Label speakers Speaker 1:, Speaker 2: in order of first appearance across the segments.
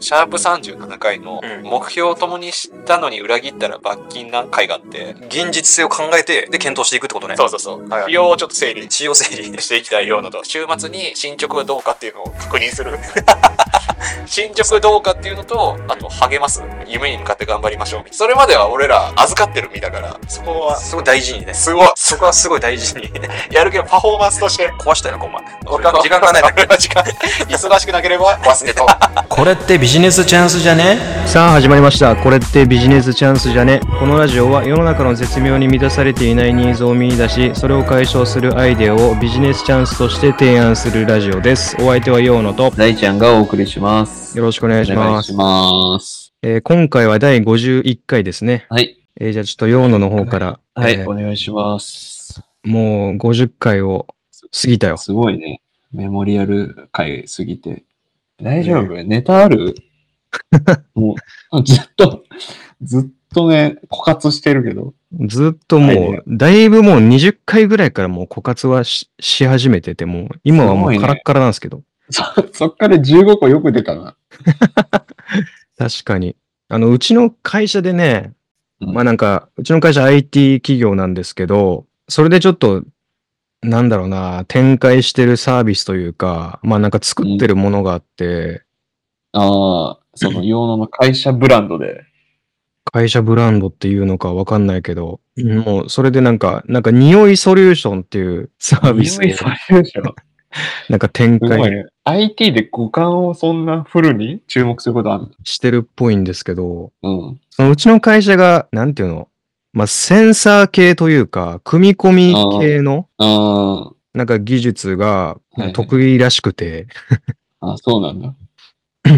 Speaker 1: シャープ37回の
Speaker 2: うん
Speaker 1: 目標を共にしたのに裏切ったら罰金な回があって、
Speaker 2: 現実性を考えて、で、検討していくってことね。
Speaker 1: そうそうそう、
Speaker 2: はいはい
Speaker 1: 要をちょっと整理
Speaker 2: 一応整理。
Speaker 1: していきたいようなと週末に進捗はどうかっていうのを確認 する進捗どうかっていうのとあと励ます夢に向かって頑張りましょうそれまでは俺ら預かってる身だからそこは
Speaker 2: すごい大事にね。
Speaker 1: すごい
Speaker 2: そこはすごい大事に。
Speaker 1: やるけどパフォーマンスとして
Speaker 2: 壊したよな、お前。
Speaker 1: 俺は
Speaker 2: 時間がない。
Speaker 1: 俺は時 間忙しくなければ忘れた
Speaker 3: これってビジネスチャンスじゃね
Speaker 4: さあ始まりました。これってビジネスチャンスじゃねこのラジオは世の中の絶妙に満たされていないニーズを見出し、それを解消するアイデアをビジネスチャンスとして提案するラジオです。お相手はヨーノと、
Speaker 5: 大ちゃんがお送りします。
Speaker 4: よろしくお願いします。
Speaker 5: ます。
Speaker 4: えー今回は第51回ですね。
Speaker 5: はい。
Speaker 4: えーじゃあちょっとヨーノの方から、
Speaker 5: はい、
Speaker 4: えー
Speaker 5: お願いします。
Speaker 4: もう50回を過ぎたよ。
Speaker 5: すごいね。メモリアル回過ぎて。大丈夫、ネタある もう、ずっと、ずっとね、枯渇してるけど。
Speaker 4: ずっともう、
Speaker 5: はいね
Speaker 4: だいぶもう20回ぐらいからもう枯渇はしし始めてて、もう今はも
Speaker 5: すごいうね
Speaker 4: カラッカラなんですけど。
Speaker 5: そ、そっから15個よく出たな。
Speaker 4: 確かに。あの、うちの会社でね、
Speaker 5: うん
Speaker 4: まあなんか、うちの会社 IT 企業なんですけど、それでちょっと、なんだろうな、展開してるサービスというか、まあなんか作ってるものがあって、
Speaker 5: ああ、その、用のの会社ブランドで。
Speaker 4: 会社ブランドっていうのかわかんないけど、もうそれでなんか、なんか匂いソリューションっていうサービスを
Speaker 5: 匂いされるでしょ。
Speaker 4: なんか展
Speaker 5: すごい
Speaker 4: 開
Speaker 5: ね。IT で五感をそんなフルに注目することある
Speaker 4: してるっぽいんですけど、
Speaker 5: うん。
Speaker 4: そのうちの会社が、なんていうのまあセンサー系というか、組み込み系の、
Speaker 5: あー
Speaker 4: なんか技術が
Speaker 5: はいはい
Speaker 4: 得意らしくて、
Speaker 5: あ、そうなんだ。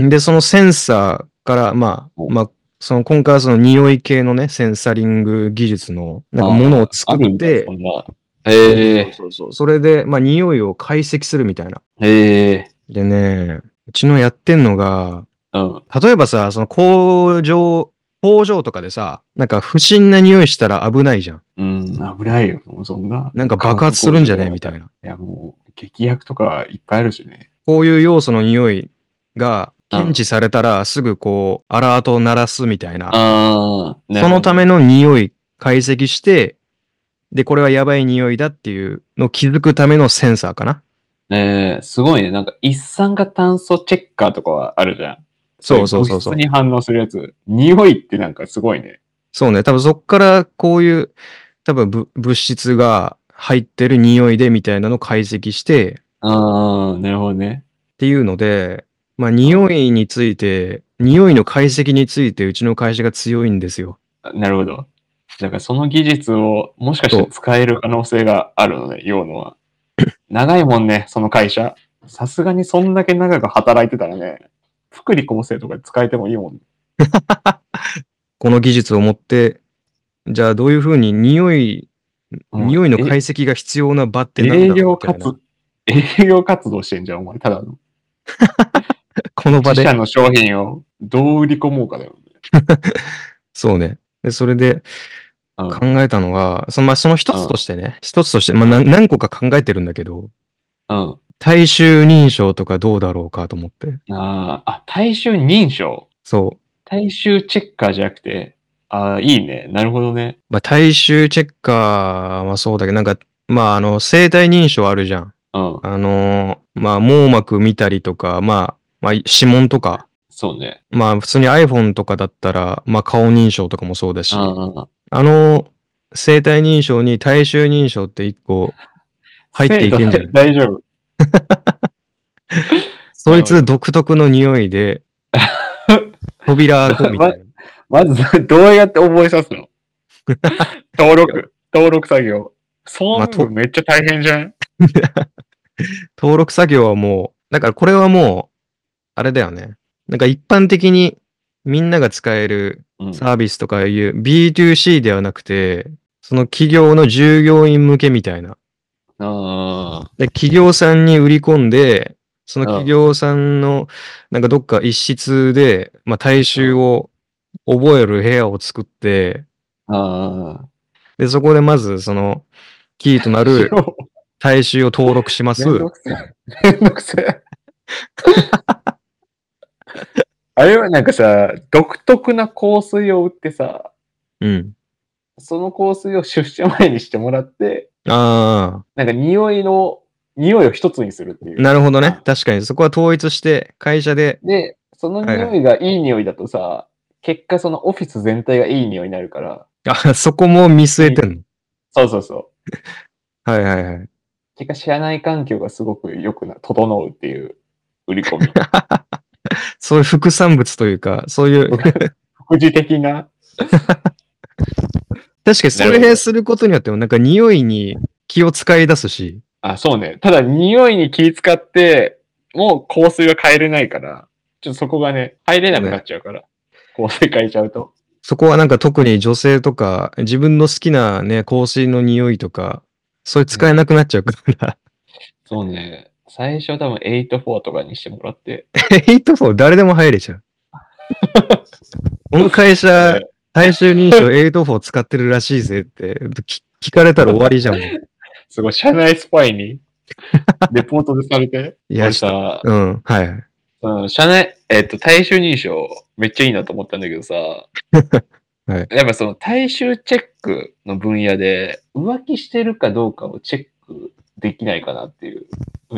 Speaker 4: で、そのセンサーから、まあ、
Speaker 5: お
Speaker 4: まあ、その今回はその匂い系のね、センサリング技術の、なんかものを
Speaker 5: あ
Speaker 4: 作
Speaker 5: る
Speaker 4: っ
Speaker 5: んだ、
Speaker 4: て
Speaker 5: そ、んな。へえ
Speaker 4: そうそうそれで、まあ、匂いを解析するみたいな。
Speaker 5: へえ
Speaker 4: でね、うちのやってんのが、
Speaker 5: うん。
Speaker 4: 例えばさ、その工場、工場とかでさ、なんか不審な匂いしたら危ないじゃん。
Speaker 5: うん、危ないよ、もうそんな。
Speaker 4: なんか爆発するんじゃねみ
Speaker 5: い
Speaker 4: たいな。
Speaker 5: な。いや、もう、劇薬とかいっぱいあるしね。
Speaker 4: こういう要素の匂いが検知されたらすぐこうアラートを鳴らすみたいな。
Speaker 5: ああ、
Speaker 4: そのた
Speaker 5: め。
Speaker 4: めの匂い解析して、で、これはやばい匂いだっていうのを気づくためのセンサーかな。
Speaker 5: えー、すごいね。なんか、一酸化炭素チェッカーとかはあるじゃん。
Speaker 4: そうそうそうそう
Speaker 5: 物質。に反応するやつ。匂いってなんかすごいね。
Speaker 4: そうね。多分そっからこういう、多分ぶ物質が入ってる匂いでみたいなのを解析して
Speaker 5: ああ、なるほどね。
Speaker 4: っていうので、まあ匂いについて、匂いの解析についてうちの会社が強いんですよ。
Speaker 5: なるほど。だから、その技術を、もしかして使える可能性があるのね、用のは。長いもんね、その会社。さすがにそんだけ長く働いてたらね、福利厚生とか使えてもいいもんね
Speaker 4: この技術を持って、じゃあどういうふうに匂い、
Speaker 5: うん
Speaker 4: 匂いの解析が必要な場ってなん
Speaker 5: 営
Speaker 4: だろう
Speaker 5: 業
Speaker 4: みた
Speaker 5: か
Speaker 4: いな
Speaker 5: つ、営業活動してんじゃん、お前。ただの。
Speaker 4: この場
Speaker 5: 自
Speaker 4: で
Speaker 5: 社。の商品をどう売り込もうかだよね。
Speaker 4: そうね。で、それで
Speaker 5: うん
Speaker 4: 考えたのが、その、まあ、その一つとしてね、一つとして、まあ、何何個か考えてるんだけど、
Speaker 5: うん。
Speaker 4: 大衆認証とかどうだろうかと思って。
Speaker 5: あーあ、大衆認証。
Speaker 4: そう。
Speaker 5: 大衆チェッカーじゃなくて、ああ、いいね。なるほどね。
Speaker 4: まあ、大衆チェッカーはそうだけど、なんか、まあ、あの、生体認証あるじゃん。
Speaker 5: うん。
Speaker 4: あのーまあ、網膜見たりとか、まあ、まあ、指紋とか、
Speaker 5: そうね。
Speaker 4: まあ、普通に iPhone とかだったら、まあ、顔認証とかもそうだし、
Speaker 5: ああ。
Speaker 4: あの、生体認証に体臭認証って一個入っていけん じゃない
Speaker 5: 大丈夫。
Speaker 4: そいつ独特の匂い で、扉開くみたいな。
Speaker 5: まず、どうやって覚えさす の登録。登録作業。そう
Speaker 4: まあと
Speaker 5: めっちゃ大変じゃん。
Speaker 4: 登録作業はもう、だからこれはもう、あれだよね。なんか一般的にみんなが使える
Speaker 5: うん
Speaker 4: サービスとかいう B2C ではなくて、その企業の従業員向けみたいな。
Speaker 5: あ
Speaker 4: で企業さんに売り込んで、その企業さんの、なんかどっか一室で、まあ、大衆を覚える部屋を作って、
Speaker 5: あ。ああ。
Speaker 4: で、そこでまず、その、 キーとなる大衆を登録します。
Speaker 5: めんどくせえ。めんどくせえ。あれはなんかさ、独特な香水を売ってさ、
Speaker 4: うん。
Speaker 5: その香水を出社前にしてもらって、
Speaker 4: あ
Speaker 5: なんか匂いの、匂いを一つにするってい
Speaker 4: あ、
Speaker 5: う。
Speaker 4: なるほどね。確かに、そこは統一して、会社で、
Speaker 5: で、その匂いがいい匂いだとさ、結果そのオフィス全体がいい匂いになるから、
Speaker 4: あ、そこも見据えてんの。
Speaker 5: そうそうそう。
Speaker 4: はいはいはい。
Speaker 5: 結果社内環境がすごく良くな、整うっていう売り込み。
Speaker 4: そういう副産物というか、そう いう、
Speaker 5: 副次的な。
Speaker 4: 確かにそ
Speaker 5: なるほ
Speaker 4: れ
Speaker 5: ど
Speaker 4: することによっても、なんか匂いに気を使い出すし、
Speaker 5: あ、そうね。ただ匂いに気使って、もう香水は変えれないから、ちょっとそこがね、入れなくなっちゃうから。香水変えちゃうと。
Speaker 4: そこはなんか特に女性とか、自分の好きなね、香水の匂いとか、そういう使えなくなっちゃうから。
Speaker 5: そうね。最初多分8-4とかにしてもらって。
Speaker 4: ヘイトフォー誰でも入れ ちゃう。この会社、最終認証エイトフォー使ってるらしいぜって聞聞かれたら 終わりじゃん。い
Speaker 5: すごい、社内スパイ に、レポートでされて。
Speaker 4: や
Speaker 5: 俺、さ、
Speaker 4: うん、はいはい。
Speaker 5: うん、社内、えっと、大衆認証、めっちゃいいなと思ったんだけど さ、
Speaker 4: い
Speaker 5: やっぱその大衆チェックの分野で、浮気してるかどうかをチェックできないかなっていう。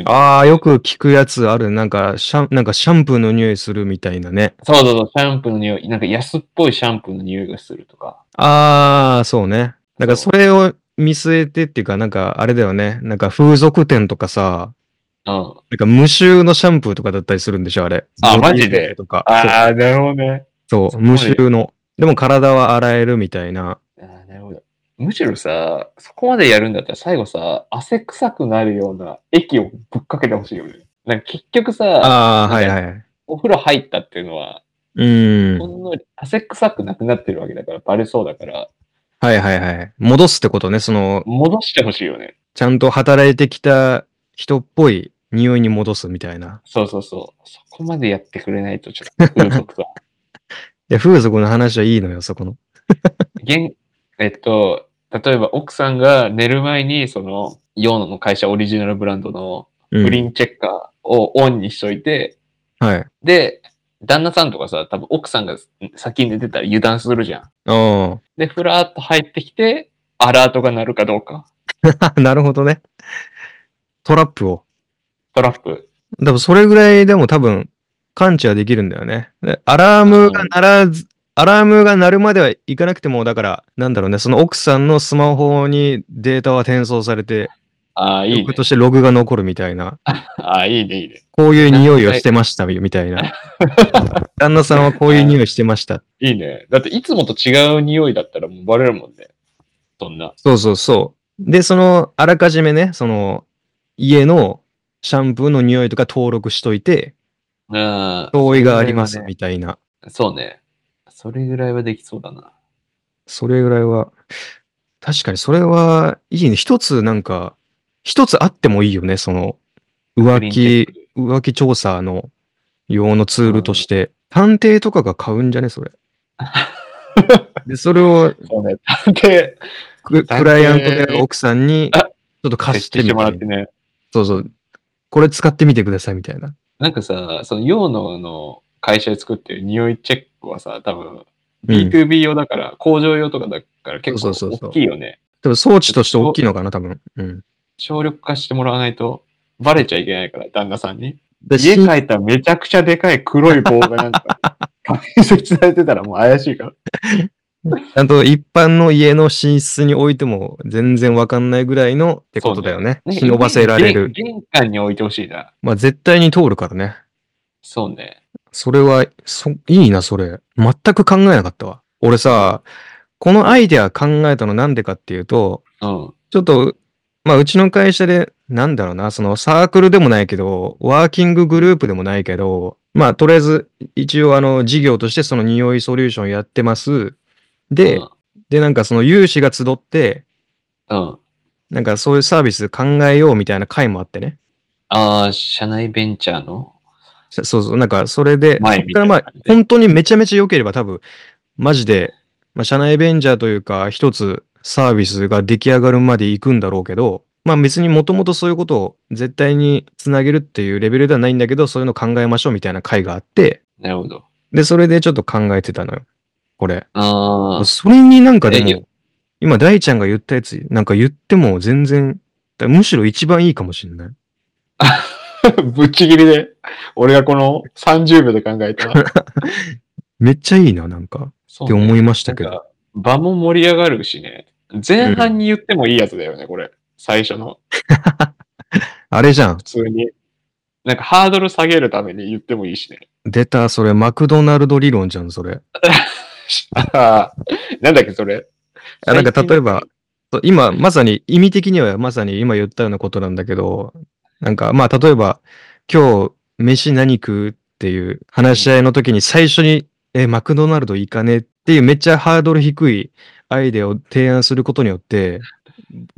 Speaker 4: ああ、よく聞くやつある。なんか、シャン、なんかシャンプーの匂いするみたいなね。
Speaker 5: そうそうそう、シャンプーの匂い、なんか安っぽいシャンプーの匂いがするとか。
Speaker 4: ああ、そうね。なんかそれを見据えてっていうか、なんかあれだよね。なんか風俗店とかさ、
Speaker 5: うん。
Speaker 4: なんか無臭のシャンプーとかだったりするんでしょ、あれ。
Speaker 5: あマジで
Speaker 4: とか。
Speaker 5: ああ、なるほどね。
Speaker 4: そう、そう
Speaker 5: ごい
Speaker 4: 無臭の。でも体は洗えるみたいな。
Speaker 5: ああ、なるほど。むしろさ、そこまでやるんだったら最後さ、汗臭くなるような液をぶっかけてほしいよね。なんか結局さ、
Speaker 4: ああ、
Speaker 5: な
Speaker 4: は
Speaker 5: ん
Speaker 4: い
Speaker 5: か
Speaker 4: はい。
Speaker 5: お風呂入ったっていうのは、
Speaker 4: うん
Speaker 5: ほ。んのり汗臭くなくなってるわけだから、バレそうだから、
Speaker 4: はいはいはい。戻すってことね、その、
Speaker 5: 戻してほしいよね。
Speaker 4: ちゃんと働いてきた人っぽい匂いに戻すみたいな。
Speaker 5: そうそうそう。そこまでやってくれないと、ちょっと風俗が。
Speaker 4: いや、風俗の話はいいのよ、そこの。
Speaker 5: 現えっと、例えば奥さんが寝る前に、その、ヨーノの会社オリジナルブランドの
Speaker 4: うん
Speaker 5: 不倫チェッカーをオンにしといて、
Speaker 4: はい。あ
Speaker 5: で、旦那さんとかさ、多分奥さんが先に寝てたら油断するじゃん。
Speaker 4: あ
Speaker 5: で、ふらーっと入ってきて、アラートが鳴るかどうか。
Speaker 4: なるほどね。トラップを。
Speaker 5: トラップ。
Speaker 4: でもそれぐらいでも多分感知はできるんだよね。でアラームが鳴らず、アラームが鳴るまではいかなくても、だから、なんだろうね、その奥さんのスマホにデータは転送されて、
Speaker 5: ああ、いい
Speaker 4: 僕
Speaker 5: ね。
Speaker 4: としてログが残るみたいな、
Speaker 5: ああ、いいね、いいね。
Speaker 4: こういう匂いをしてましたみたいな。旦那さんはこういう匂いしてました。
Speaker 5: いいね。だっていつもと違う匂いだったらもうバレるもんね。そんな。
Speaker 4: そうそうそう。で、その、あらかじめね、その、家のシャンプーの匂いとか登録しといて、
Speaker 5: うん。
Speaker 4: 同意がありますみたいな。
Speaker 5: そうね。それぐらいはできそうだな。
Speaker 4: それぐらいは、確かにそれはいいね。一つなんか、一つあってもいいよね、その、浮気、浮気調査の用のツールとして。探偵とかが買うんじゃね、そ れ。で、それを
Speaker 5: そうね。探偵、
Speaker 4: ク
Speaker 5: 探偵
Speaker 4: クライアントで奥さんに、ち
Speaker 5: あ
Speaker 4: ょっと貸
Speaker 5: 設
Speaker 4: して
Speaker 5: 置して
Speaker 4: み
Speaker 5: もら
Speaker 4: た
Speaker 5: っ
Speaker 4: い
Speaker 5: て
Speaker 4: な。
Speaker 5: ね。
Speaker 4: そうそう。これ使ってみてください、みたいな。
Speaker 5: なんかさ、その用のの会社で作ってる匂いチェックはさ、多分
Speaker 4: うん。
Speaker 5: B2B 用だから、工場用とかだから結構
Speaker 4: そうそうそう
Speaker 5: 大きいよね。
Speaker 4: 多分装置として大きいのかな、多分。うん。
Speaker 5: 省力化してもらわないと、バレちゃいけないから、旦那さんに。
Speaker 4: で
Speaker 5: 家帰ったらめちゃくちゃでかい黒い棒がなんか、確認されてたらもう怪しいから。
Speaker 4: ちゃんと一般の家の寝室に置いても全然わかんないぐらいのってことだよね。
Speaker 5: ね
Speaker 4: 忍ばせられる。
Speaker 5: 玄玄関に置いてほしいな。
Speaker 4: まあ絶対に通るからね。
Speaker 5: そうね。
Speaker 4: それは、そ、いいな、それ。全く考えなかったわ。俺さ、このアイデア考えたのなんでかっていうと、
Speaker 5: うん。
Speaker 4: ちょっと、まあうちの会社で、なんだろうな、そのサークルでもないけど、ワーキンググループでもないけど、まあとりあえず一応あの事業としてその匂いソリューションやってます。で、
Speaker 5: うん
Speaker 4: でなんかその有志が集って、
Speaker 5: うん。
Speaker 4: なんかそういうサービス考えようみたいな回もあってね。
Speaker 5: ああ、社内ベンチャーの
Speaker 4: そそうそう、なんかそれで、
Speaker 5: 前
Speaker 4: そっ
Speaker 5: み
Speaker 4: から
Speaker 5: たい
Speaker 4: ま
Speaker 5: な
Speaker 4: あ
Speaker 5: 感じ、で
Speaker 4: 本当にめちゃめちゃ良ければ多分、マジで、まあ、社内ベンジャーというか、一つサービスが出来上がるまで行くんだろうけど、まあ別にもともとそういうことを絶対につなげるっていうレベルではないんだけど、そういうの考えましょうみたいな回があって、
Speaker 5: なるほど。
Speaker 4: で、それでちょっと考えてたのよ。これ。
Speaker 5: ああ、
Speaker 4: それになんかで
Speaker 5: えいいよ
Speaker 4: も、今大ちゃんが言ったやつ、なんか言っても全然、だむしろ一番いいかもしれない。
Speaker 5: ぶっちぎりで、俺がこの30秒で考 えた。
Speaker 4: めっちゃいいな、なんか。
Speaker 5: そう
Speaker 4: って
Speaker 5: ね
Speaker 4: 思いましたけ
Speaker 5: な
Speaker 4: ど。
Speaker 5: んか場も盛り上がるしね。前半に言ってもいいやつだよね、これ。最初の。
Speaker 4: あれじゃん
Speaker 5: 普。通に。なんかハードル下げるために言ってもいいしね。
Speaker 4: 出た、それ、マクドナルド理論じゃん、それ。
Speaker 5: ああなんだっけ、それ。
Speaker 4: あなんか
Speaker 5: 最近
Speaker 4: 例えば、そう今まさに意味的にはまさに今言ったようなことなんだけど、なんかまあ例えば今日飯何食うっていう話し合いの時に最初に、え、マクドナルド行かねっていうめっちゃハードル低いアイデアを提案することによって、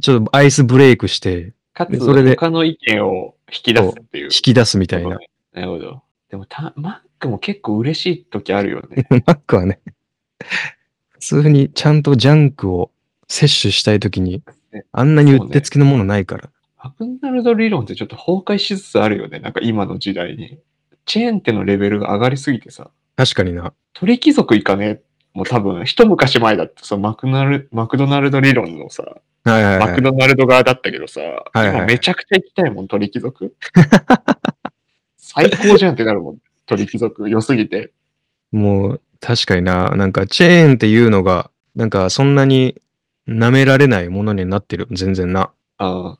Speaker 4: ちょっとアイスブレイクして
Speaker 5: かつ、
Speaker 4: それで
Speaker 5: 他の意見を引き出すっていう
Speaker 4: 引。き出すみたいな。
Speaker 5: なるほど。でもた、マックも結構嬉しい時あるよね。
Speaker 4: マックはね、普通にちゃんとジャンクを摂取したい時に
Speaker 5: ね
Speaker 4: あんなにうってつけのものないから。
Speaker 5: マクドナルド理論ってちょっと崩壊しつつあるよね。なんか今の時代に。チェーン店のレベルが上がりすぎてさ、
Speaker 4: 確かにな。
Speaker 5: 鳥貴族いかねもう多分、一昔前だってさ、マクナル、マクドナルド理論のさ、
Speaker 4: はいはい、はい。
Speaker 5: マクドナルド側だったけどさ、
Speaker 4: いはい
Speaker 5: 今めちゃくちゃ行きたいもん、鳥 貴族。最高じゃんってなるもん、鳥貴族。良すぎて。
Speaker 4: もう、確かにな、なんかチェーンっていうのが、なんかそんなに舐められないものになってる。全然な。
Speaker 5: ああ、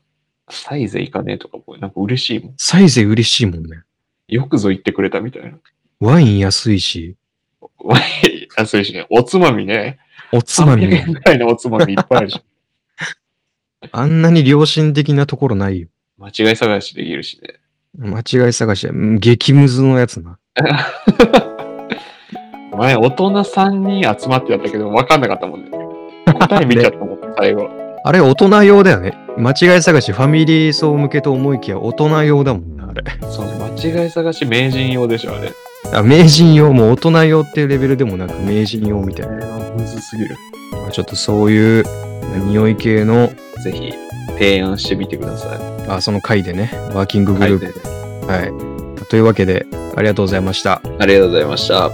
Speaker 5: サイゼ行かねとかも、なんか嬉しいもん。
Speaker 4: サイゼ嬉しいもんね。
Speaker 5: よくぞ言ってくれたみたいな。
Speaker 4: ワイン安いし、
Speaker 5: わい安いしね。おつまみね。
Speaker 4: おつまみ
Speaker 5: 300円
Speaker 4: も、
Speaker 5: ぐらいのおつまみいっぱい あるし。
Speaker 4: あんなに良心的なところないよ。
Speaker 5: 間違い探しできるしね。
Speaker 4: 間違い探しや、うん激ムズのやつな。
Speaker 5: 前、大人3人集まってやったけど、分かんなかったもんね。答え見ちゃったもん、 最後。
Speaker 4: あれ、大人用だよね。間違い探し、ファミリー層向けと思いきや、大人用だもんな、あれ。
Speaker 5: そう、間違い探し名人用でしょ、あれ。
Speaker 4: あ、名人用も大人用っていうレベルでもなく、名人用みたいな。
Speaker 5: むずすぎる。
Speaker 4: まあちょっとそういう、匂い系の、
Speaker 5: ぜひ、提案してみてください。
Speaker 4: あその回でね、ワーキンググ
Speaker 5: は
Speaker 4: ルー
Speaker 5: い
Speaker 4: プ。はい。というわけで、ありがとうございました。
Speaker 5: ありがとうございました。